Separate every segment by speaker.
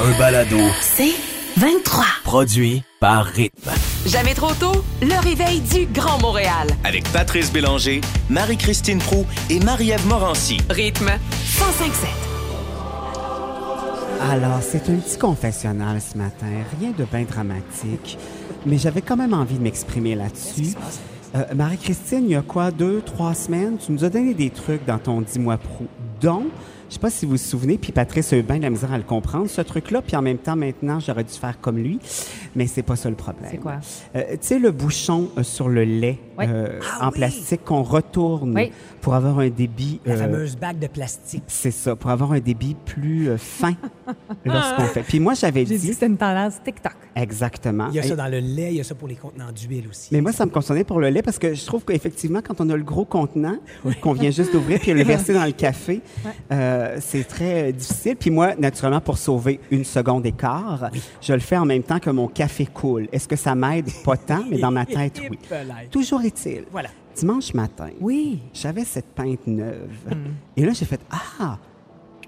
Speaker 1: Un balado
Speaker 2: C'est 23.
Speaker 1: produit par Rythme.
Speaker 2: Jamais trop tôt, le réveil du Grand Montréal.
Speaker 3: avec Patrice Bélanger, Marie-Christine Prou et Marie-Ève Morancy.
Speaker 2: Rythme 1057.
Speaker 4: Alors, c'est un petit confessionnal ce matin, rien de bien dramatique, mais j'avais quand même envie de m'exprimer là-dessus. Euh, Marie-Christine, il y a quoi, deux, trois semaines, tu nous as donné des trucs dans ton 10 mois prou, dont, je sais pas si vous vous souvenez, puis Patrice a eu bien de la misère à le comprendre, ce truc-là, puis en même temps, maintenant, j'aurais dû faire comme lui, mais c'est pas ça le problème.
Speaker 5: C'est quoi?
Speaker 4: Euh, tu sais, le bouchon euh, sur le lait
Speaker 5: Ah Oui.
Speaker 4: euh, en plastique qu'on retourne
Speaker 5: Oui.
Speaker 4: pour avoir un débit...
Speaker 6: La
Speaker 4: euh,
Speaker 6: fameuse bague de plastique.
Speaker 4: c'est ça, pour avoir un débit plus euh, fin lorsqu'on fait. Puis moi, j'avais
Speaker 5: J'ai dit que
Speaker 4: dit...
Speaker 5: c'était une tendance TikTok.
Speaker 4: Exactement.
Speaker 6: Il y a
Speaker 4: Et-
Speaker 6: ça dans le lait, il y a ça pour les contenants d'huile aussi.
Speaker 4: mais moi, ça me concernait pour le lait parce que je trouve qu'effectivement, quand on a le gros contenant qu'on vient juste d'ouvrir puis le verser dans le café, euh, c'est très euh, difficile. Puis moi, naturellement, pour sauver une seconde et quart, je le fais en même temps que mon café coule. Est-ce que ça m'aide? Pas tant, mais dans ma tête, oui.
Speaker 6: Hippelaide.
Speaker 4: Toujours est-il.
Speaker 6: Voilà.
Speaker 4: Dimanche matin,
Speaker 5: Oui.
Speaker 4: j'avais cette pinte neuve. Et là, j'ai fait Ah,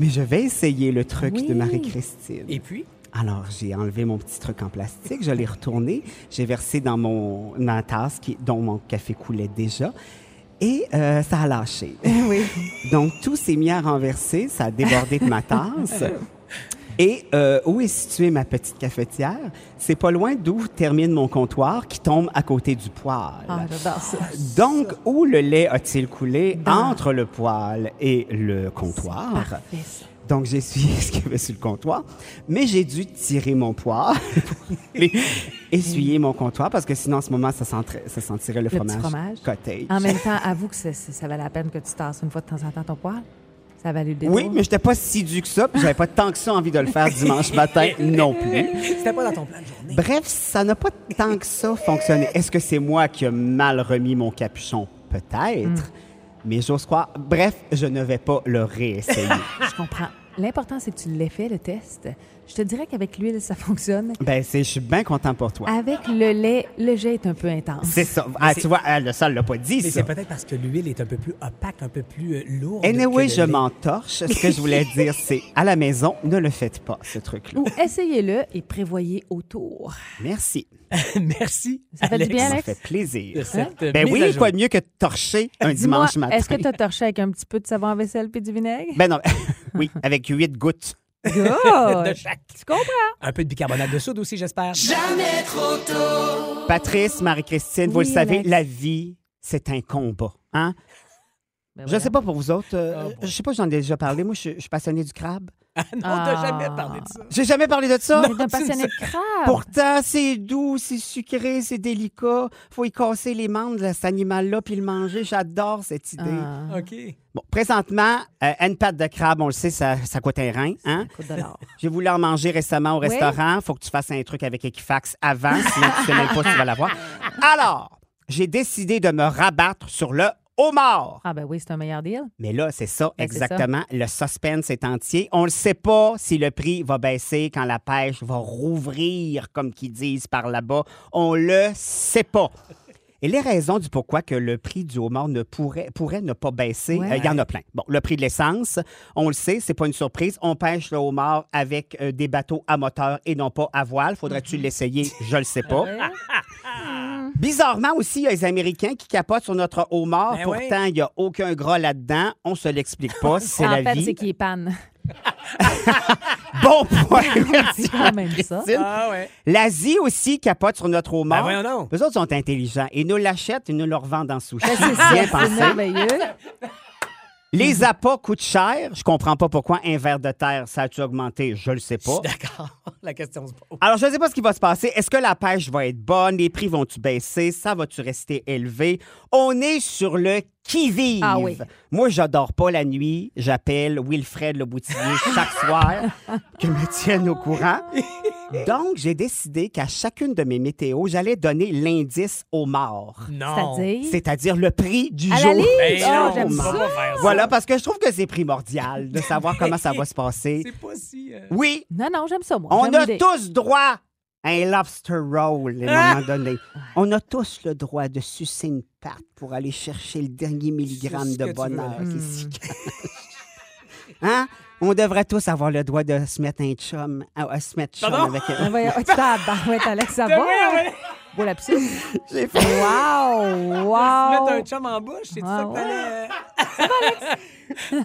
Speaker 4: mais je vais essayer le truc de
Speaker 5: Oui.
Speaker 4: Marie-Christine.
Speaker 6: Et puis,
Speaker 4: Alors, j'ai enlevé mon petit truc en plastique, je l'ai retourné, j'ai versé dans mon, ma tasse qui, dont mon café coulait déjà. Et euh, ça a lâché.
Speaker 5: Oui.
Speaker 4: Donc, tout s'est mis à renverser, ça a débordé de ma tasse. Et euh, où est située ma petite cafetière? C'est pas loin d'où termine mon comptoir qui tombe à côté du poêle.
Speaker 5: Ah, j'adore ça.
Speaker 4: Donc, où le lait a-t-il coulé
Speaker 5: Dans-
Speaker 4: entre le poêle et le comptoir?
Speaker 5: Parfait, ça.
Speaker 4: Donc, j'ai essuyé ce qu'il y avait sur le comptoir, mais j'ai dû tirer mon poids et essuyer mon comptoir parce que sinon, en ce moment, ça, sentrait- ça sentirait le,
Speaker 5: Le
Speaker 4: fromage,
Speaker 5: petit fromage.
Speaker 4: cottage.
Speaker 5: En même temps, avoue que c'est- c'est- ça valait la peine que tu tasses une fois de temps en temps ton poil. Ça valait le détour.
Speaker 4: oui, mais j'étais pas si dû que ça, puis j'avais pas tant que ça envie de le faire dimanche matin non plus.
Speaker 6: c'était pas dans ton plan de journée.
Speaker 4: Bref, ça n'a pas tant que ça fonctionné. Est-ce que c'est moi qui ai mal remis mon capuchon? Peut-être.
Speaker 6: Hmm.
Speaker 4: Mais j'ose croire. Bref, je ne vais pas le réessayer.
Speaker 5: Je comprends. L'important, c'est que tu l'aies fait, le test. Je te dirais qu'avec l'huile, ça fonctionne.
Speaker 4: ben, c'est, je suis bien content pour
Speaker 6: Ah,
Speaker 4: toi.
Speaker 5: Avec le lait, le jet est un peu intense.
Speaker 4: c'est ça. Ah, tu vois, elle, ça, elle l'a pas dit,
Speaker 6: Mais
Speaker 4: ça.
Speaker 6: c'est peut-être parce que l'huile est un peu plus opaque, un peu plus euh, lourde.
Speaker 4: Anyway,
Speaker 6: que le
Speaker 4: je
Speaker 6: lait.
Speaker 4: m'entorche. Ce que je voulais dire, c'est à la maison, ne le faites pas, ce truc-là.
Speaker 5: Ou essayez-le et prévoyez autour.
Speaker 4: Merci.
Speaker 6: Merci.
Speaker 5: Ça fait du
Speaker 6: Alex.
Speaker 5: bien,
Speaker 4: Ça
Speaker 5: Alex?
Speaker 4: fait plaisir.
Speaker 6: De cette, euh,
Speaker 4: Ben
Speaker 6: mise à
Speaker 4: oui,
Speaker 6: jour.
Speaker 4: quoi de mieux que de torcher un
Speaker 5: Dis-moi,
Speaker 4: dimanche matin?
Speaker 5: Est-ce que tu as torché avec un petit peu de savon à vaisselle puis du vinaigre?
Speaker 4: Ben non, oui, avec huit gouttes.
Speaker 5: Gosh! Tu comprends?
Speaker 6: Un peu de bicarbonate de soude aussi, j'espère.
Speaker 4: Patrice, Marie-Christine, vous
Speaker 5: Oui,
Speaker 4: le savez,
Speaker 5: Alex.
Speaker 4: la vie, c'est un combat. Hein?
Speaker 5: Ben
Speaker 4: Je ne
Speaker 5: voilà.
Speaker 4: sais pas pour vous autres. euh,
Speaker 5: Oh,
Speaker 6: Ah,
Speaker 4: Je
Speaker 6: bon.
Speaker 4: sais pas, j'en ai déjà parlé. Moi, je, je suis passionné du crabe.
Speaker 6: non,
Speaker 5: Ah.
Speaker 6: t'as jamais parlé de ça.
Speaker 4: J'ai jamais parlé de ça.
Speaker 5: T'es un passionné de crabe.
Speaker 4: Pourtant, c'est doux, c'est sucré, c'est délicat. Faut y casser les membres de cet animal-là puis le manger. J'adore cette idée.
Speaker 5: Ah,
Speaker 6: OK.
Speaker 4: Bon, présentement, euh, une pâte de crabe, on le sait, ça, ça coûte un rein. Hein?
Speaker 5: coûte de l'or.
Speaker 4: J'ai voulu en manger récemment au
Speaker 5: Oui.
Speaker 4: restaurant. Faut que tu fasses un truc avec Equifax avant, sinon tu sais même pas si tu vas l'avoir. Alors, j'ai décidé de me rabattre sur le homard.
Speaker 5: Ah ben oui, c'est un meilleur deal.
Speaker 4: Mais là, c'est ça
Speaker 5: Ben, c'est ça.
Speaker 4: exactement. Le suspense est entier. On ne sait pas si le prix va baisser quand la pêche va rouvrir, comme qu'ils disent par là-bas. On le sait pas. Et les raisons du pourquoi que le prix du homard ne pourrait, pourrait ne pas baisser, euh, il
Speaker 5: Ouais.
Speaker 4: y en a plein. Bon, le prix de l'essence, on le sait, c'est pas une surprise. On pêche le homard avec euh, des bateaux à moteur et non pas à voile. Faudrait-tu
Speaker 5: Mhm.
Speaker 4: l'essayer? Je le sais
Speaker 5: Ah,
Speaker 4: pas. Bizarrement aussi, il y a les Américains qui capotent sur notre homard.
Speaker 6: Ben oui.
Speaker 4: Pourtant, il n'y a aucun gras là-dedans. On se l'explique pas. C'est
Speaker 5: en
Speaker 4: la
Speaker 5: fait,
Speaker 4: vie.
Speaker 5: c'est qu'il est panne.
Speaker 4: Bon point. Merci,
Speaker 5: C'est quand même Ah, ça.
Speaker 4: Christine.
Speaker 6: Ah ouais.
Speaker 4: L'Asie aussi capote sur notre homard.
Speaker 6: Ben voyons donc.
Speaker 4: Eux autres sont intelligents. Ils nous l'achètent et nous le revendent en souche.
Speaker 5: Ben, C'est ça,
Speaker 4: bien
Speaker 5: c'est
Speaker 4: pensé.
Speaker 5: merveilleux.
Speaker 4: Les appâts coûtent cher. Je comprends pas pourquoi un verre de terre, ça a-tu augmenté? Je le sais
Speaker 6: Je suis
Speaker 4: pas.
Speaker 6: d'accord. La question se pose.
Speaker 4: Alors, je ne sais pas ce qui va se passer. Est-ce que la pêche va être bonne? Les prix vont-tu baisser? Ça va-tu rester élevé? On est sur le qui-vive.
Speaker 5: Ah oui.
Speaker 4: Moi, je dors pas la nuit. J'appelle Wilfred le boutillier chaque soir que me tienne au courant. Donc, j'ai décidé qu'à chacune de mes météos, j'allais donner l'indice aux morts.
Speaker 6: Non.
Speaker 5: C'est-à-dire,
Speaker 4: C'est-à-dire le prix du
Speaker 5: À la
Speaker 4: jour.
Speaker 5: livre!
Speaker 6: Ben
Speaker 5: Oh,
Speaker 6: non,
Speaker 5: j'aime
Speaker 6: on va
Speaker 5: ça.
Speaker 6: pas faire ça.
Speaker 4: Voilà, parce que je trouve que c'est primordial de savoir comment ça va se passer.
Speaker 6: C'est pas si. euh,
Speaker 4: Oui,
Speaker 5: non, non, j'aime ça, moi.
Speaker 4: on
Speaker 5: J'aime
Speaker 4: a
Speaker 5: l'idée.
Speaker 4: tous droit à un lobster roll, à un moment donné. On a tous le droit de sucer une patte pour aller chercher le dernier milligramme
Speaker 6: Suce ce
Speaker 4: de
Speaker 6: que tu
Speaker 4: bonheur.
Speaker 6: veux.
Speaker 4: qui s'y cache. hein? On devrait tous avoir le droit de se mettre un chum, euh, à, à se mettre chum avec
Speaker 5: Ben voyons, oh, tabarouette, Alex, ça va? Beau lapsus.
Speaker 4: J'ai fait-
Speaker 5: Wow! Wow!
Speaker 6: Mettre un chum en bouche, c'est
Speaker 5: Ah,
Speaker 6: ça que t'allais. euh,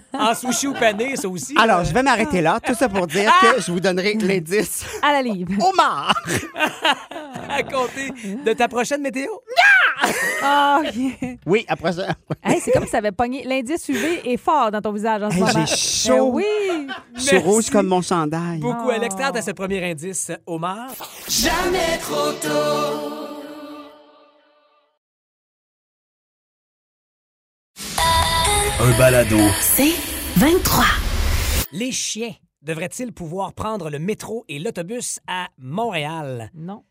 Speaker 6: en sushi ou pané, ça aussi. euh,
Speaker 4: Alors, je vais m'arrêter là. Tout ça pour dire que je vous donnerai l'indice.
Speaker 5: À la livre.
Speaker 4: Omar!
Speaker 6: À côté de ta prochaine météo.
Speaker 5: Ah, OK.
Speaker 4: Oui, après ça.
Speaker 5: Hey, c'est comme si ça avait pogné. L'indice UV est fort dans ton visage en ce
Speaker 4: Hey,
Speaker 5: moment.
Speaker 4: j'ai chaud.
Speaker 5: Eh oui!
Speaker 4: Je suis rouge comme mon chandail.
Speaker 6: Beaucoup, Alex. T'as ce premier indice, Omar.
Speaker 1: un balado,
Speaker 2: C'est 23.
Speaker 6: Les chiens devraient-ils pouvoir prendre le métro et l'autobus à Montréal?
Speaker 5: Non.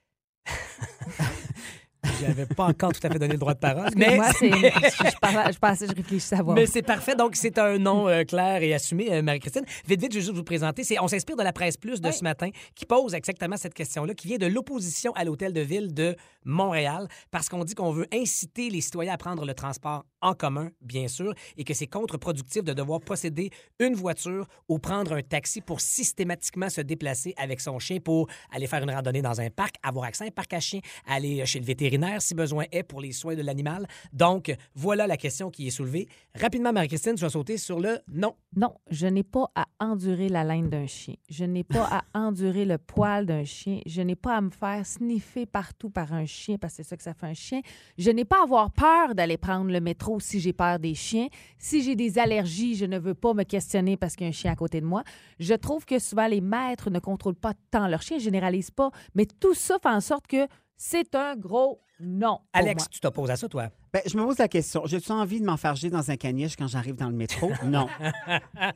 Speaker 6: J'avais pas encore tout à fait donné le droit de parole. Mais,
Speaker 5: Moi, c'est. Je, je parlais- je pensais, je réfléchissais à voir.
Speaker 6: mais c'est parfait. Donc, c'est un nom euh, clair et assumé, euh, Marie-Christine. Vite, vite, je vais juste vous présenter. C'est, on s'inspire de la presse plus de ce matin qui pose exactement cette question-là, qui vient de l'opposition à l'hôtel de ville de Montréal, parce qu'on dit qu'on veut inciter les citoyens à prendre le transport en commun, bien sûr, et que c'est contre-productif de devoir posséder une voiture ou prendre un taxi pour systématiquement se déplacer avec son chien pour aller faire une randonnée dans un parc, avoir accès à un parc à chien, aller chez le vétérinaire si besoin est pour les soins de l'animal. Donc, voilà la question qui est soulevée. Rapidement, Marie-Christine, tu vas sauter sur le non.
Speaker 5: Non, je n'ai pas à endurer la laine d'un chien. Je n'ai pas à endurer le poil d'un chien. Je n'ai pas à me faire sniffer partout par un chien parce que c'est ça que ça fait un chien. Je n'ai pas à avoir peur d'aller prendre le métro si j'ai peur des chiens. Si j'ai des allergies, je ne veux pas me questionner parce qu'il y a un chien à côté de moi. Je trouve que souvent les maîtres ne contrôlent pas tant leur chien, généralisent pas, mais tout ça fait en sorte que c'est un gros non. pour
Speaker 6: Alex,
Speaker 5: moi.
Speaker 6: tu t'opposes à ça, toi?
Speaker 4: Ben, je me pose la question. J'ai-tu envie de m'en farger dans un caniche quand j'arrive dans le métro? Non. Ben,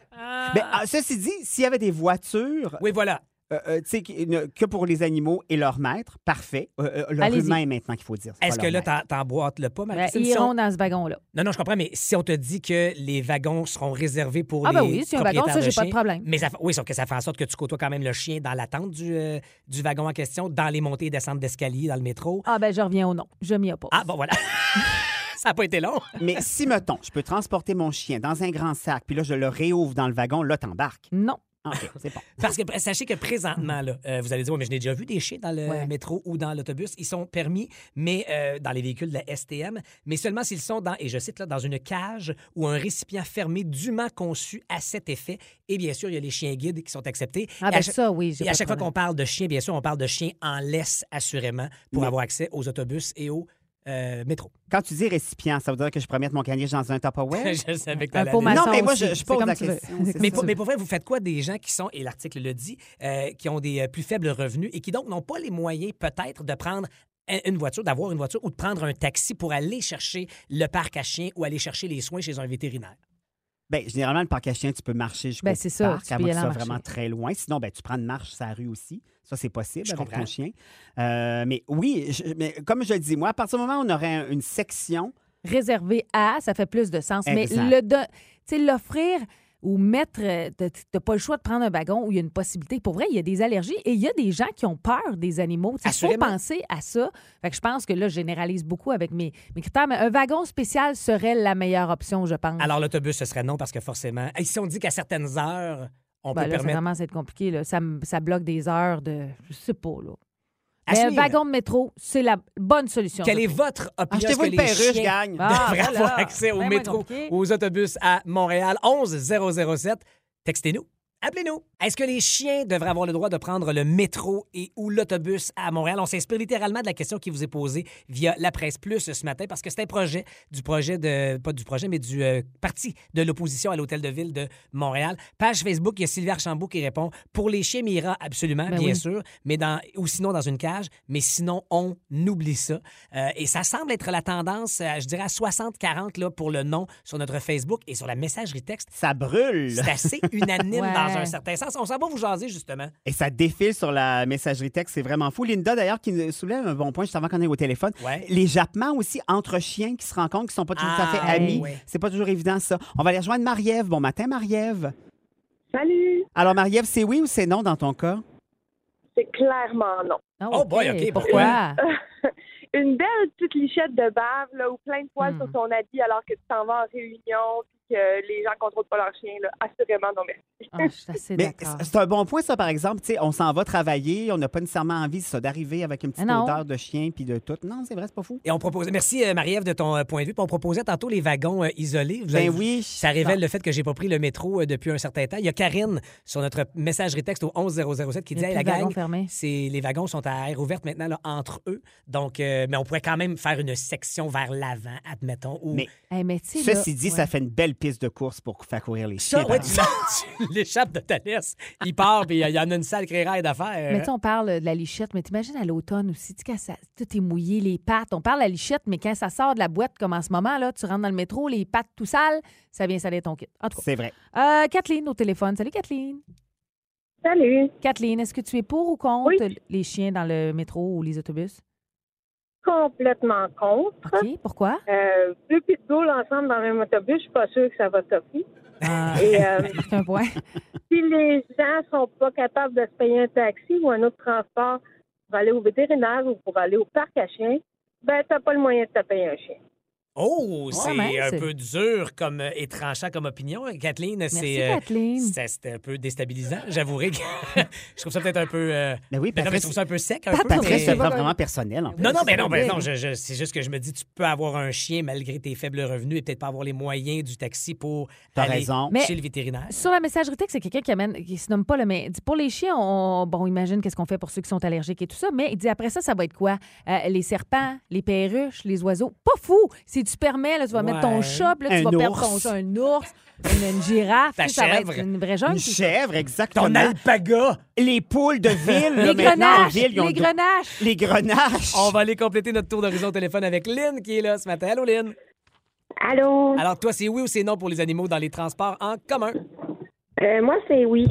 Speaker 4: ah, ceci dit, s'il y avait des voitures
Speaker 6: Oui, voilà.
Speaker 4: euh, euh, tu sais, qui- ne- que pour les animaux et leur maître, parfait. Euh, euh, leur
Speaker 5: Allez-y.
Speaker 4: humain maintenant qu'il faut dire. c'est
Speaker 6: Est-ce
Speaker 4: pas
Speaker 6: que
Speaker 4: leur
Speaker 6: là,
Speaker 4: maître.
Speaker 6: t'en- t'emboîtes le pas,
Speaker 5: Ben,
Speaker 6: Marie-Christine?
Speaker 5: ils
Speaker 6: Si on-
Speaker 5: iront dans ce wagon-là.
Speaker 6: Non, non, je comprends, mais si on te dit que les wagons seront réservés pour
Speaker 5: Ah,
Speaker 6: les
Speaker 5: ben oui, s'il y a un wagon,
Speaker 6: propriétaires
Speaker 5: ça, j'ai pas de
Speaker 6: chiens,
Speaker 5: problème.
Speaker 6: Mais ça, fait- oui, sauf que ça fait en sorte que tu côtoies quand même le chien dans l'attente du, euh, du wagon en question, dans les montées et descentes d'escalier, dans le métro.
Speaker 5: Ah ben je reviens au non. Je m'y oppose.
Speaker 6: Ah, bon, voilà. ça n'a pas été long.
Speaker 4: Mais si, mettons, je peux transporter mon chien dans un grand sac, puis là, je le réouvre dans le wagon, là, t'embarques.
Speaker 5: Non.
Speaker 4: Ah, OK, c'est bon.
Speaker 6: Parce que sachez que présentement, là, euh, vous allez dire, oui, mais je n'ai déjà vu des chiens dans le
Speaker 5: Ouais.
Speaker 6: métro ou dans l'autobus. Ils sont permis, mais euh, dans les véhicules de la STM, mais seulement s'ils sont dans, et je cite, là, dans une cage ou un récipient fermé dûment conçu à cet effet. Et bien sûr, il y a les chiens guides qui sont acceptés.
Speaker 5: Ah
Speaker 6: Et à
Speaker 5: ben
Speaker 6: chaque-
Speaker 5: ça, oui, j'ai
Speaker 6: Et à
Speaker 5: pas de
Speaker 6: chaque fois
Speaker 5: problème.
Speaker 6: qu'on parle de chiens, bien sûr, on parle de chiens en laisse, assurément, pour avoir accès aux autobus et aux euh, métros.
Speaker 4: Quand tu dis récipient, ça veut dire que je pourrais mettre mon caniche dans un
Speaker 5: Hein?
Speaker 4: Tupperware?
Speaker 6: je savais que
Speaker 5: Un
Speaker 6: t'allais
Speaker 5: pot
Speaker 6: aller
Speaker 5: maçon
Speaker 4: Non, mais moi, je-
Speaker 5: aussi.
Speaker 4: je
Speaker 5: C'est
Speaker 4: pose
Speaker 5: comme
Speaker 4: la
Speaker 5: tu veux.
Speaker 4: question, c'est
Speaker 6: Mais
Speaker 4: ça.
Speaker 6: pour, mais pour vrai, vous faites quoi des gens qui sont, et l'article le dit, euh, qui ont des euh, plus faibles revenus et qui donc n'ont pas les moyens peut-être de prendre un- une voiture, d'avoir une voiture ou de prendre un taxi pour aller chercher le parc à chiens ou aller chercher les soins chez un vétérinaire?
Speaker 4: Bien, Ben, généralement, le parc à chien, tu peux marcher jusqu'au
Speaker 5: Ben, c'est ça,
Speaker 4: parc,
Speaker 5: tu
Speaker 4: à
Speaker 5: peux
Speaker 4: moins
Speaker 5: y
Speaker 4: que
Speaker 5: aller
Speaker 4: tu
Speaker 5: en
Speaker 4: sois vraiment
Speaker 5: marchant.
Speaker 4: très loin. Sinon, ben, tu prends une marche sur la rue aussi. Ça, c'est possible
Speaker 6: Je
Speaker 4: avec
Speaker 6: comprends.
Speaker 4: ton chien. Euh, mais oui, je- mais comme je le dis, moi, à partir du moment où on aurait un- une section,
Speaker 5: Réservé à, ça fait plus de sens.
Speaker 4: Exact.
Speaker 5: Mais le don- tu sais, l'offrir ou mettre, euh, t'as t'as pas le choix de prendre un wagon où il y a une possibilité. Pour vrai, il y a des allergies et il y a des gens qui ont peur des animaux. Tu sais, Il faut
Speaker 6: Assurément.
Speaker 5: penser à ça. Fait que je pense que là, je généralise beaucoup avec mes, mes critères, mais un wagon spécial serait la meilleure option, je pense.
Speaker 6: Alors, l'autobus, ce serait non parce que forcément, et si on dit qu'à certaines heures, on
Speaker 5: Ben
Speaker 6: peut
Speaker 5: là, ça
Speaker 6: permettre.
Speaker 5: commence à être compliqué. Là. Ça, me- ça bloque des heures de... Je sais pas, là.
Speaker 6: À
Speaker 5: Mais un
Speaker 6: suivre.
Speaker 5: wagon de métro, c'est la bonne solution.
Speaker 6: Quelle
Speaker 5: Ah, je
Speaker 6: est votre opinion?
Speaker 4: achetez-vous
Speaker 6: Est-ce
Speaker 4: une
Speaker 6: que les
Speaker 4: perruche,
Speaker 6: chiens-
Speaker 4: gagne.
Speaker 5: Ah,
Speaker 6: devrait
Speaker 5: voilà.
Speaker 6: avoir accès au
Speaker 5: Ben moins
Speaker 6: métro,
Speaker 5: compliqué.
Speaker 6: aux autobus à Montréal. 11 007. Textez-nous. Appelez-nous. Est-ce que les chiens devraient avoir le droit de prendre le métro et ou l'autobus à Montréal? On s'inspire littéralement de la question qui vous est posée via la presse plus ce matin parce que c'est un projet du projet de, pas du projet, mais du euh, parti de l'opposition à l'hôtel de ville de Montréal. Page Facebook, il y a Sylvie Archambault qui répond pour les chiens, Mira, absolument,
Speaker 5: Ben
Speaker 6: bien
Speaker 5: oui.
Speaker 6: sûr, mais dans, ou sinon dans une cage, mais sinon on oublie ça. Euh, et ça semble être la tendance, euh, je dirais, à 60-40 là, pour le non sur notre Facebook et sur la messagerie texte.
Speaker 4: ça brûle.
Speaker 6: C'est assez unanime
Speaker 5: Ouais.
Speaker 6: dans un certain sens. On s'en va vous jaser, justement.
Speaker 4: Et ça défile sur la messagerie texte, c'est vraiment fou. Linda, d'ailleurs, qui nous soulève un bon point juste avant qu'on aille au téléphone.
Speaker 6: Ouais.
Speaker 4: Les jappements aussi entre chiens qui se rencontrent, qui sont pas tout à fait
Speaker 6: Ah,
Speaker 4: amis.
Speaker 6: ouais.
Speaker 4: C'est pas toujours évident, ça. On va aller rejoindre Marie-Ève. Bon matin, Marie-Ève.
Speaker 7: Salut!
Speaker 4: Alors, Marie-Ève, c'est oui ou c'est non dans ton cas?
Speaker 7: C'est clairement non.
Speaker 6: Oh boy, OK,
Speaker 5: Ah, Pourquoi?
Speaker 7: Une belle petite lichette de bave, là, ou plein de poils
Speaker 5: Hmm.
Speaker 7: sur ton habit alors que tu t'en vas en réunion, puis que les gens ne contrôlent pas leur chien, là. assurément, non, merci.
Speaker 5: Ah, je suis assez
Speaker 4: Mais
Speaker 5: d'accord.
Speaker 4: c'est- c'est un bon point, ça, par exemple. Tu sais, on s'en va travailler, on n'a pas nécessairement envie, c'est ça, d'arriver avec une petite
Speaker 5: Ah non.
Speaker 4: odeur de chien puis de tout. Non, c'est vrai, c'est pas fou.
Speaker 6: Et on proposait, merci euh, Marie-Ève de ton euh, point de vue. Puis on proposait tantôt les wagons euh, isolés. Vous avez-
Speaker 4: Ben oui.
Speaker 6: Ça révèle le fait que j'ai pas pris le métro euh, depuis un certain temps. Il y a Karine sur notre messagerie texte au 11007 qui
Speaker 5: Il y
Speaker 6: dit
Speaker 5: a
Speaker 6: Hey,
Speaker 5: plus
Speaker 6: la
Speaker 5: de wagons
Speaker 6: gang,
Speaker 5: fermés.
Speaker 6: c'est les wagons sont à air ouverte maintenant là, entre eux. Donc, euh, mais on pourrait quand même faire une section vers l'avant, admettons. Ou
Speaker 4: Mais
Speaker 5: Eh, mais tu sais, là,
Speaker 4: Ceci dit,
Speaker 5: ouais.
Speaker 4: ça fait une belle piste de course pour faire courir les chiens.
Speaker 6: ça, ouais,
Speaker 4: par
Speaker 6: tu, tu l'échappes de ta laisse. Il part, puis il y en a une sale créraille d'affaires.
Speaker 5: Mais tu sais, on parle de la lichette, mais t'imagines à l'automne aussi, tu sais, quand ça- tout est mouillé, les pattes. On parle de la lichette, mais quand ça sort de la boîte, comme en ce moment, là, tu rentres dans le métro, les pattes tout sales, ça vient saler ton kit. En tout
Speaker 4: C'est vrai.
Speaker 5: cas, euh, Kathleen au téléphone. Salut, Kathleen.
Speaker 7: Salut.
Speaker 5: Kathleen, est-ce que tu es pour ou contre
Speaker 7: Oui.
Speaker 5: les chiens dans le métro ou les autobus?
Speaker 7: Complètement contre.
Speaker 5: OK, pourquoi?
Speaker 7: Euh, deux pitbulls ensemble dans le même autobus, je suis pas sûre que ça va sortir.
Speaker 5: Ah,
Speaker 7: Et euh,
Speaker 5: marque un point.
Speaker 7: si les gens sont pas capables de se payer un taxi ou un autre transport pour aller au vétérinaire ou pour aller au parc à chiens, ben t'as pas le moyen de te payer un chien.
Speaker 6: Oh, c'est
Speaker 5: mais
Speaker 6: un
Speaker 5: c'est-
Speaker 6: peu dur comme, et tranchant comme opinion. hein, Kathleen,
Speaker 5: Merci,
Speaker 6: c'est. euh,
Speaker 5: Kathleen.
Speaker 6: Ça, C'était un peu déstabilisant, j'avouerai que je trouve ça peut-être un peu. euh,
Speaker 4: Ben oui,
Speaker 6: ben non, mais je
Speaker 4: Patrice-
Speaker 6: trouve ça un peu sec. Un
Speaker 5: Pat-
Speaker 6: peu,
Speaker 4: Patrice,
Speaker 5: Patrice,
Speaker 6: mais-
Speaker 4: c'est pas vraiment personnel. En fait.
Speaker 6: Non, non, mais
Speaker 5: c'est
Speaker 6: non,
Speaker 5: bien.
Speaker 6: ben non, je- je- c'est juste que je me dis, tu peux avoir un chien malgré tes faibles revenus et peut-être pas avoir les moyens du taxi pour
Speaker 4: T'as
Speaker 6: aller
Speaker 4: raison.
Speaker 6: chez le vétérinaire.
Speaker 5: Sur la messagerie texte, c'est quelqu'un qui amène, qui se nomme pas là, mais dit, pour les chiens, on, bon, imagine qu'est-ce qu'on fait pour ceux qui sont allergiques et tout ça, mais il dit après ça, ça va être quoi? Euh, les serpents, les perruches, les oiseaux. Pas fou! Si tu permets, là, tu vas mettre ton
Speaker 6: Ouais.
Speaker 5: chat, puis là, tu
Speaker 4: Un
Speaker 5: vas perdre
Speaker 4: ours.
Speaker 5: ton chat, un ours, une, une girafe,
Speaker 6: Ta
Speaker 5: tu sais, ça va
Speaker 6: chèvre.
Speaker 5: être une vraie jungle.
Speaker 4: Une
Speaker 5: c'est ça.
Speaker 4: chèvre, exactement.
Speaker 6: Ton alpaga!
Speaker 4: Les poules de ville, là,
Speaker 5: Les
Speaker 4: maintenant, en
Speaker 5: grenaches!
Speaker 4: ville, ils ont
Speaker 5: les
Speaker 4: le droit-
Speaker 5: grenaches!
Speaker 4: Les grenages.
Speaker 6: On va aller compléter notre tour d'horizon au téléphone avec Lynn qui est là ce matin. Allô, Lynn?
Speaker 7: Allô?
Speaker 6: Alors, toi, c'est oui ou c'est non pour les animaux dans les transports en commun?
Speaker 8: Euh, moi, c'est oui.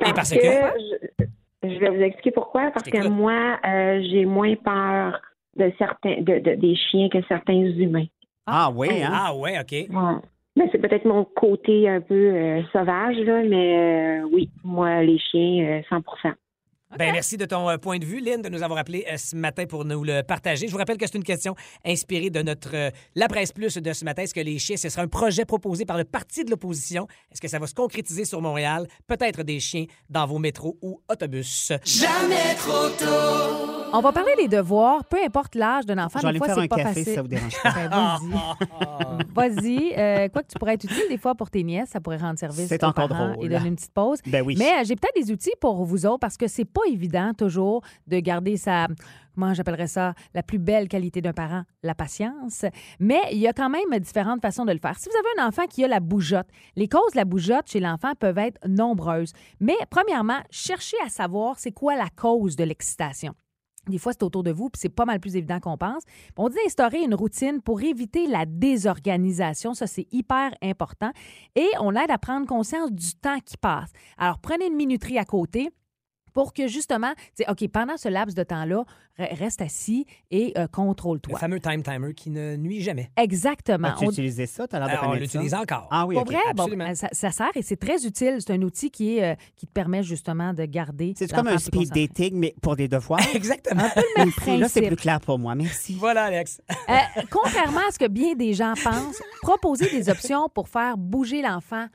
Speaker 6: parce
Speaker 8: Parce
Speaker 6: que?
Speaker 8: que je, je vais vous expliquer pourquoi. Parce que
Speaker 6: t'écoute.
Speaker 8: moi, euh, j'ai moins peur de certains de, de- des chiens que certains humains.
Speaker 4: Ah oui, hein?
Speaker 6: Ah, ouais, OK.
Speaker 8: Ouais. Mais c'est peut-être mon côté un peu euh, sauvage, là, mais euh, oui, moi, les chiens, euh, 100
Speaker 6: Ben, merci de ton euh, point de vue, Lynn, de nous avoir appelé euh, ce matin pour nous le partager. Je vous rappelle que c'est une question inspirée de notre euh, La Presse Plus de ce matin. Est-ce que les chiens, ce sera un projet proposé par le parti de l'opposition? Est-ce que ça va se concrétiser sur Montréal? Peut-être des chiens dans vos métros ou autobus.
Speaker 5: On va parler des devoirs, peu importe l'âge d'un enfant.
Speaker 4: Je vais
Speaker 5: Des
Speaker 4: aller me
Speaker 5: fois,
Speaker 4: faire
Speaker 5: c'est
Speaker 4: un
Speaker 5: pas
Speaker 4: café si
Speaker 5: facile.
Speaker 4: ça vous dérange pas.
Speaker 5: Ben, vas-y. vas-y. Euh, quoi que tu pourrais être utile des fois pour tes nièces, ça pourrait rendre service.
Speaker 4: C'est
Speaker 5: aux
Speaker 4: encore
Speaker 5: parents
Speaker 4: drôle.
Speaker 5: Et donner une petite pause.
Speaker 4: Ben oui.
Speaker 5: Mais euh, j'ai peut-être des outils pour vous autres parce que c'est pas évident toujours de garder sa. Comment j'appellerais ça? La plus belle qualité d'un parent, la patience. Mais il y a quand même différentes façons de le faire. Si vous avez un enfant qui a la bougeotte, les causes de la bougeotte chez l'enfant peuvent être nombreuses. Mais premièrement, cherchez à savoir c'est quoi la cause de l'excitation. Des fois, c'est autour de vous, puis c'est pas mal plus évident qu'on pense. On dit d'instaurer une routine pour éviter la désorganisation. Ça, c'est hyper important. Et on l'aide à prendre conscience du temps qui passe. Alors, prenez une minuterie à côté pour que justement, tu sais, OK, pendant ce laps de temps-là, re- reste assis et euh,
Speaker 6: Le
Speaker 5: contrôle-toi.
Speaker 6: fameux time timer qui ne nuit jamais.
Speaker 5: Exactement.
Speaker 4: As-tu
Speaker 5: On-
Speaker 4: utilisé ça? T'as l'air de
Speaker 6: Alors, Ah, on
Speaker 4: connaître ça?
Speaker 6: l'utilise encore.
Speaker 4: ben, Ah oui,
Speaker 5: pour
Speaker 4: OK.
Speaker 5: vrai, bon,
Speaker 6: absolument.
Speaker 5: ben, ça, ça sert et c'est très utile. C'est un outil qui, est, euh, qui te permet justement de garder.
Speaker 4: C'est comme un
Speaker 5: l'enfant plus concentré.
Speaker 4: speed dating, mais pour des devoirs.
Speaker 6: Exactement.
Speaker 4: Merci. Là, c'est
Speaker 5: principe.
Speaker 4: plus clair pour moi. Merci.
Speaker 6: Voilà, Alex.
Speaker 4: Ah,
Speaker 5: Euh, contrairement à ce que bien des gens pensent, proposer des options pour faire bouger l'enfant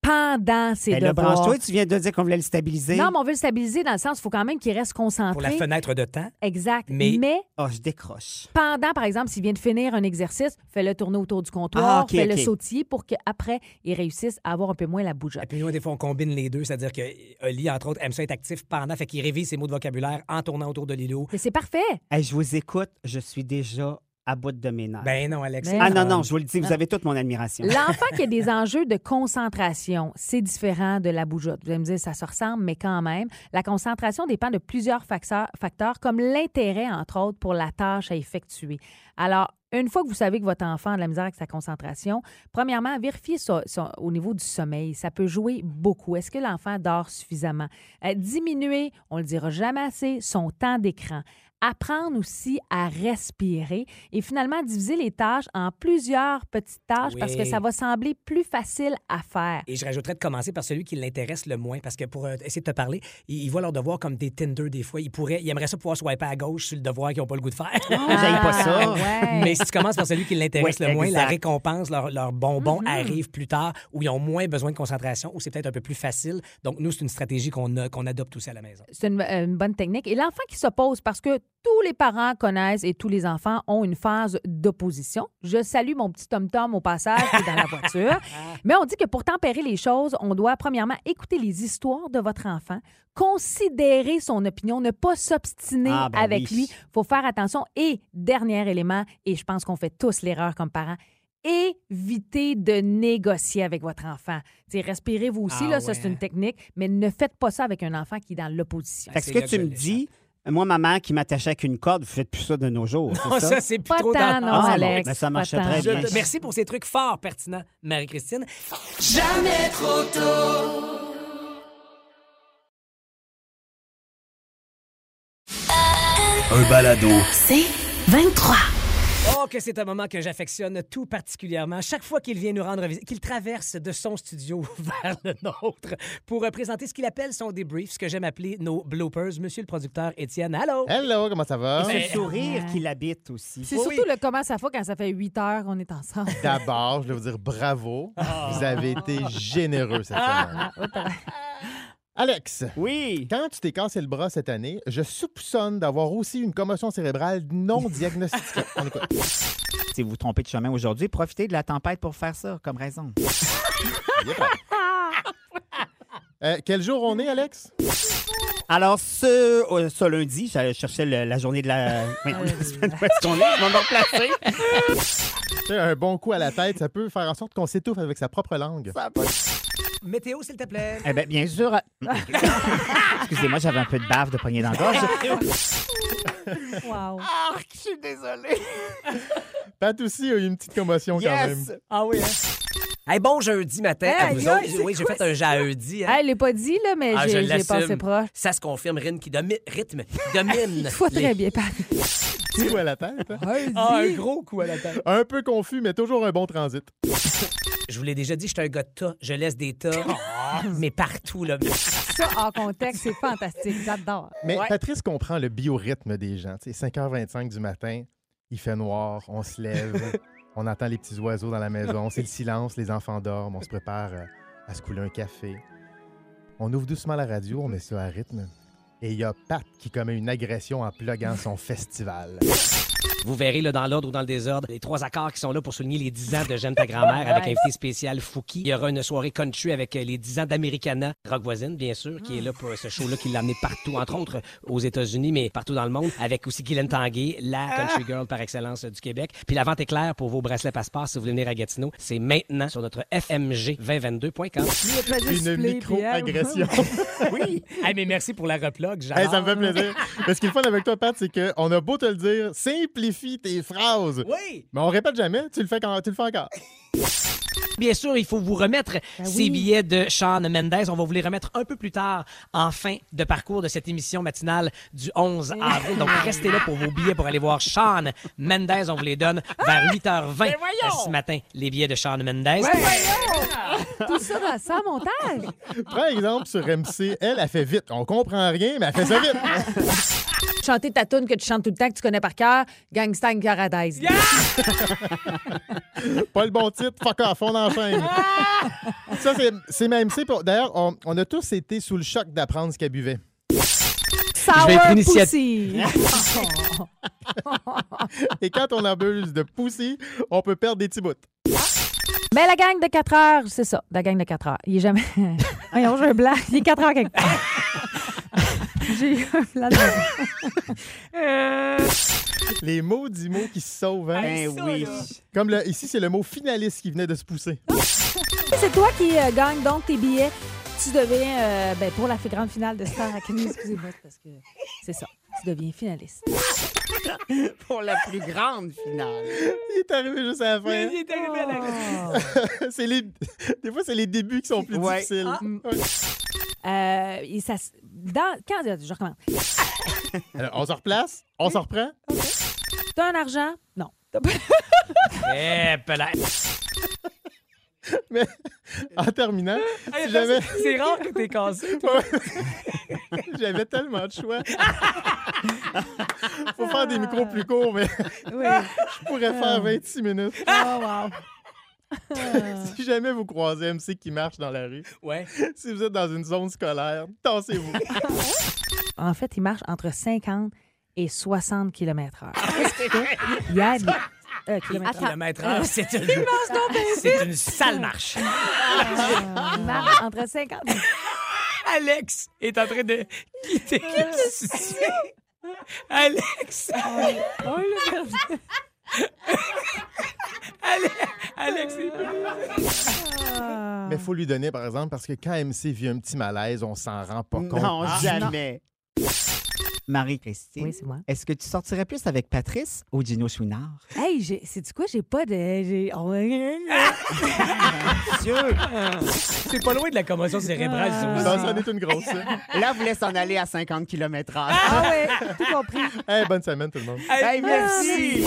Speaker 5: pendant ses
Speaker 4: Ben là,
Speaker 5: devoirs.
Speaker 4: branche-toi, tu viens de dire qu'on voulait le stabiliser.
Speaker 5: non, mais on veut le stabiliser dans le sens, il faut quand même qu'il reste concentré.
Speaker 6: Pour la fenêtre de temps.
Speaker 5: Exact.
Speaker 6: Mais-
Speaker 5: Mais...
Speaker 4: Oh, je décroche.
Speaker 5: pendant, par exemple, s'il vient de finir un exercice, fais-le tourner autour du comptoir,
Speaker 4: Ah, ok,
Speaker 5: fais-le
Speaker 4: ok.
Speaker 5: sautiller pour qu'après, il réussisse à avoir un peu moins la
Speaker 6: Et
Speaker 4: Ah. Ben,
Speaker 5: bougeotte.
Speaker 6: puis, nous, des fois, on combine les deux, c'est-à-dire que Oli, entre autres, aime ça être actif pendant, fait qu'il révise ses mots de vocabulaire en tournant autour de l'îlot.
Speaker 5: Mais c'est parfait.
Speaker 4: Hey, je vous écoute. Je suis déjà à bout de mes nerfs.
Speaker 6: Ben non, Alex.
Speaker 5: Ben
Speaker 4: ah non, non, je vous le dis, vous avez toute mon admiration.
Speaker 5: L'enfant qui a des enjeux de concentration, c'est différent de la bougeotte. Vous allez me dire, ça se ressemble, mais quand même. La concentration dépend de plusieurs facteurs, facteurs comme l'intérêt, entre autres, pour la tâche à effectuer. Alors, une fois que vous savez que votre enfant a de la misère avec sa concentration, premièrement, vérifiez son- son- au niveau du sommeil. Ça peut jouer beaucoup. Est-ce que l'enfant dort suffisamment? Euh, diminuer, on le dira jamais assez, son temps d'écran. apprendre aussi à respirer et finalement diviser les tâches en plusieurs petites tâches parce que
Speaker 6: Oui.
Speaker 5: ça va sembler plus facile à faire.
Speaker 6: Et je rajouterais de commencer par celui qui l'intéresse le moins, parce que pour euh, essayer de te parler, ils, ils voient leur devoir comme des Tinder des fois. Ils, pourraient, ils aimeraient ça pouvoir swiper à gauche sur le devoir qu'ils n'ont pas le goût de faire.
Speaker 5: J'aille
Speaker 9: pas
Speaker 5: Ah,
Speaker 9: ça.
Speaker 6: Mais si tu commences par celui qui l'intéresse
Speaker 9: Oui,
Speaker 6: le moins, la
Speaker 9: exact.
Speaker 6: récompense, leur, leur bonbon
Speaker 5: Mm-hmm.
Speaker 6: arrive plus tard, où ils ont moins besoin de concentration, où c'est peut-être un peu plus facile. Donc, nous, c'est une stratégie qu'on a- qu'on adopte aussi à la maison.
Speaker 5: c'est une, euh, une bonne technique. Et l'enfant qui s'oppose, parce que tous les parents connaissent et tous les enfants ont une phase d'opposition. Je salue mon petit tom-tom au passage qui est dans la voiture. Mais on dit que pour tempérer les choses, on doit premièrement écouter les histoires de votre enfant, considérer son opinion, ne pas s'obstiner
Speaker 9: Ah, ben
Speaker 5: avec
Speaker 9: oui.
Speaker 5: lui. faut faire attention. Et dernier élément, et je pense qu'on fait tous l'erreur comme parents, évitez de négocier avec votre enfant. T'sais, respirez vous aussi,
Speaker 6: Ah
Speaker 5: là, ça
Speaker 6: ouais,
Speaker 5: c'est
Speaker 6: hein.
Speaker 5: une technique, mais ne faites pas ça avec un enfant qui est dans l'opposition.
Speaker 4: Fait
Speaker 6: Ouais,
Speaker 4: que
Speaker 6: c'est
Speaker 4: ce
Speaker 6: là
Speaker 4: que
Speaker 6: que
Speaker 4: tu
Speaker 6: je
Speaker 4: me
Speaker 6: l'échappe.
Speaker 4: dis, moi, ma mère qui m'attachait avec une corde, vous faites plus ça de nos jours.
Speaker 6: Oh,
Speaker 4: c'est
Speaker 6: ça, c'est plus
Speaker 5: Pas
Speaker 6: trop
Speaker 5: tant,
Speaker 6: dans-
Speaker 5: non,
Speaker 4: Ah, bon,
Speaker 5: Alex.
Speaker 4: ben, ça
Speaker 5: pas
Speaker 4: marchait
Speaker 5: tant.
Speaker 4: très
Speaker 6: Je
Speaker 4: bien.
Speaker 6: te- Merci pour ces trucs forts pertinents, Marie-Christine.
Speaker 1: Un balado.
Speaker 2: C'est 23.
Speaker 6: Oh, que c'est un moment que j'affectionne tout particulièrement. Chaque fois qu'il vient nous rendre visite, qu'il traverse de son studio vers le nôtre pour euh, présenter ce qu'il appelle son débrief, ce que j'aime appeler nos bloopers. Monsieur le producteur Étienne, allô?
Speaker 9: Hello, comment ça va?
Speaker 4: C'est le sourire qui l'habite aussi.
Speaker 5: C'est
Speaker 6: Oui,
Speaker 5: surtout
Speaker 6: oui.
Speaker 5: le comment ça fait quand ça fait 8 heures qu'on est ensemble.
Speaker 9: D'abord, je dois vous dire bravo. Vous avez été généreux cette semaine. Alex,
Speaker 4: Oui.
Speaker 9: quand tu t'es cassé le bras cette année, je soupçonne d'avoir aussi une commotion cérébrale non diagnostiquée. On écoute.
Speaker 4: Si vous vous trompez de chemin aujourd'hui, profitez de la tempête pour faire ça, comme raison.
Speaker 9: Euh, quel jour on est, Alex?
Speaker 4: Alors, ce, euh, ce lundi, je cherchais le- la journée de
Speaker 5: Ah
Speaker 4: la. Oui, la semaine où est-ce qu'on est? Je vais me replacer.
Speaker 9: Tu sais, Un bon coup à la tête, ça peut faire en sorte qu'on s'étouffe avec sa propre langue.
Speaker 6: Météo, s'il te plaît.
Speaker 4: Eh bien, bien sûr. euh, Excusez-moi, j'avais un peu de bave de poignée dans la gorge.
Speaker 5: Wow.
Speaker 4: Ah,
Speaker 9: Pat aussi a eu une petite
Speaker 4: Oh,
Speaker 9: commotion quand même.
Speaker 4: Yes!
Speaker 6: Ah oui, hein? Hey, bon jeudi matin à
Speaker 5: Hey,
Speaker 6: vous
Speaker 5: yeah,
Speaker 6: autres.
Speaker 5: c'est
Speaker 6: Oui, j'ai fait un jeudi. hein.
Speaker 5: Ah, Elle l'a pas dit, là, mais
Speaker 6: Ah, je
Speaker 5: j'ai j'ai
Speaker 6: l'assume.
Speaker 5: passé proche.
Speaker 6: Ça se confirme, rythme qui domine. Rythme qui domine.
Speaker 5: Faut
Speaker 6: les-
Speaker 5: très bien parler.
Speaker 9: Petit coup à la tête. hein?
Speaker 6: Ah, un gros coup à la tête.
Speaker 9: Un peu confus, mais toujours un bon transit.
Speaker 6: Je vous l'ai déjà dit, je suis un gars de tas. Je laisse des tas, mais partout. Là.
Speaker 5: Ça, en contexte, c'est fantastique. J'adore.
Speaker 9: Mais
Speaker 6: Ouais.
Speaker 9: Patrice comprend le biorhythme des gens. C'est 5h25 du matin, il fait noir, on se lève, on entend les petits oiseaux dans la maison, c'est le silence, les enfants dorment, on se prépare euh, à se couler un café. On ouvre doucement la radio, on met ça à rythme. Et il y a Pat qui commet une agression en pluguant son festival.
Speaker 6: Vous verrez là, dans l'ordre ou dans le désordre les trois accords qui sont là pour souligner les 10 ans de J'aime ta grand-mère avec invité spécial Fouki. Il y aura une soirée country avec euh, les 10 ans d'Americana. Rock voisine, bien sûr, qui est là pour ce show-là qui l'a amené partout, entre autres aux États-Unis, mais partout dans le monde, avec aussi Guylaine Tanguay, la
Speaker 9: Ah.
Speaker 6: country girl par excellence euh, du Québec. Puis la vente est claire pour vos bracelets passeport si vous voulez venir à Gatineau. C'est maintenant sur notre FMG2022.com.
Speaker 9: Une micro-agression.
Speaker 4: Oui.
Speaker 6: Ah mais merci pour la replogue,
Speaker 9: Hey, ça me fait plaisir. Mais ce qui est le fun avec toi, Pat, c'est qu'on a beau te le dire, simplifie tes phrases.
Speaker 6: Oui!
Speaker 9: Mais on répète jamais, tu le fais, quand, tu le fais encore.
Speaker 6: Bien sûr, il faut vous remettre ces billets de Sean Mendes. On va vous les remettre un peu plus tard en fin de parcours de cette émission matinale du 11 avril. Donc, restez là pour vos billets pour aller voir Sean Mendes. On vous les donne vers 8h20 ce matin, les billets de Sean Mendes.
Speaker 5: Tout ça dans sans montage.
Speaker 9: Prends exemple sur MC, elle, elle fait vite. On comprend rien, mais elle fait ça vite.
Speaker 5: Chanter ta tune que tu chantes tout le temps, que tu connais par cœur, Gangsta Paradise.
Speaker 9: Pas le bon titre, fuck off, on enchaîne. Ça, c'est- c'est ma MC. pour- D'ailleurs, on, on a tous été sous le choc d'apprendre ce qu'elle buvait.
Speaker 5: Sour
Speaker 6: vais être
Speaker 5: Pussy.
Speaker 9: Et quand on abuse de poussi, on peut perdre des petits bouts.
Speaker 5: Mais la gang de 4 heures, c'est ça, la gang de 4 heures. Il est jamais. Voyons, j'ai un blanc. Il est 4 heures quelque part. J'ai eu un blanc.
Speaker 9: Les maudits mots qui se sauvent. hein.
Speaker 4: Ben oui.
Speaker 9: Comme le- ici, c'est le mot finaliste qui venait de se pousser.
Speaker 5: C'est toi qui euh, gagne donc tes billets. Tu deviens, euh, ben, pour la fi- grande finale de Star Academy, excusez-moi, parce que c'est ça. Tu deviens finaliste.
Speaker 4: Pour la plus grande finale.
Speaker 9: Il est arrivé juste à la fin. hein.
Speaker 5: Oh.
Speaker 9: C'est les... Des fois, c'est les débuts qui sont plus
Speaker 4: Ouais.
Speaker 9: difficiles.
Speaker 5: Euh, et ça, s- dans, quand, je recommence.
Speaker 9: Alors, on se replace? On se reprend?
Speaker 5: T'as un argent? Non. T'as pas-
Speaker 6: Eh, pela-
Speaker 9: Mais en terminant,
Speaker 6: Hey,
Speaker 9: si jamais...
Speaker 6: C'est rare que t'es cassé. toi.
Speaker 9: J'avais tellement de choix. Faut faire des micros plus courts, mais
Speaker 5: Oui.
Speaker 9: je pourrais faire 26 minutes.
Speaker 5: Oh, wow.
Speaker 9: Si jamais vous croisez MC qui marche dans la rue,
Speaker 6: Ouais.
Speaker 9: si vous êtes dans une zone scolaire, tassez-vous.
Speaker 5: En fait, il marche entre 50 et 60 km heure. Il y a des... euh, kilomètres heure.
Speaker 6: Kilomètre heure, c'est une... C'est une sale marche.
Speaker 5: Il marche entre 50 et...
Speaker 6: Alex est en train de quitter le studio. Alex!
Speaker 5: Oh, le perdu.
Speaker 6: Alex est
Speaker 9: Mais faut lui donner, par exemple, parce que quand MC vit un petit malaise, on s'en rend pas compte.
Speaker 4: Non, jamais. Marie-Christine,
Speaker 5: Oui, c'est moi.
Speaker 4: est-ce que tu sortirais plus avec Patrice ou Gino Chouinard?
Speaker 5: Hey, j'ai- sais-tu quoi? J'ai pas de... j'ai- ah
Speaker 4: Dieu!
Speaker 6: C'est pas loin de la commotion cérébrale, ça
Speaker 9: Ça,
Speaker 6: aussi.
Speaker 9: ça en est une grosse. ça.
Speaker 4: Là, vous laissez en aller à 50 km h
Speaker 5: Ah ouais, tout compris.
Speaker 9: Hey, bonne semaine, tout le monde.
Speaker 4: Hey, Ah, merci!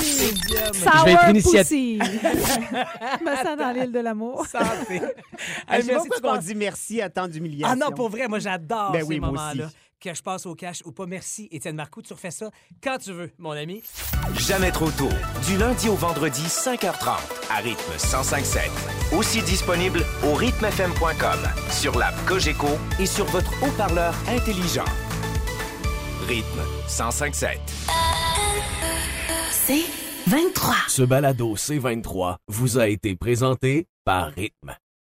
Speaker 5: Sour
Speaker 6: vais être initiat-
Speaker 5: pussy. Je me sens dans l'île de l'amour.
Speaker 6: Santé.
Speaker 4: Hey,
Speaker 6: Hey,
Speaker 4: je sais pas
Speaker 6: merci, tu
Speaker 4: pourquoi on
Speaker 6: vas-
Speaker 4: dit merci à tant d'humiliation.
Speaker 6: Ah non, pour vrai, moi j'adore
Speaker 4: Ben
Speaker 6: ces
Speaker 4: oui, moi
Speaker 6: moments-là.
Speaker 4: aussi.
Speaker 6: Que je passe au cash ou pas, merci Étienne Marcoux, tu refais ça quand tu veux, mon ami.
Speaker 3: Jamais trop tôt. Du lundi au vendredi, 5h30, à rythme 1057. Aussi disponible au rythmefm.com, sur l'app Cogeco et sur votre haut-parleur intelligent. Rythme 1057.
Speaker 2: C'est 23.
Speaker 1: Ce balado C23 vous a été présenté par Rythme.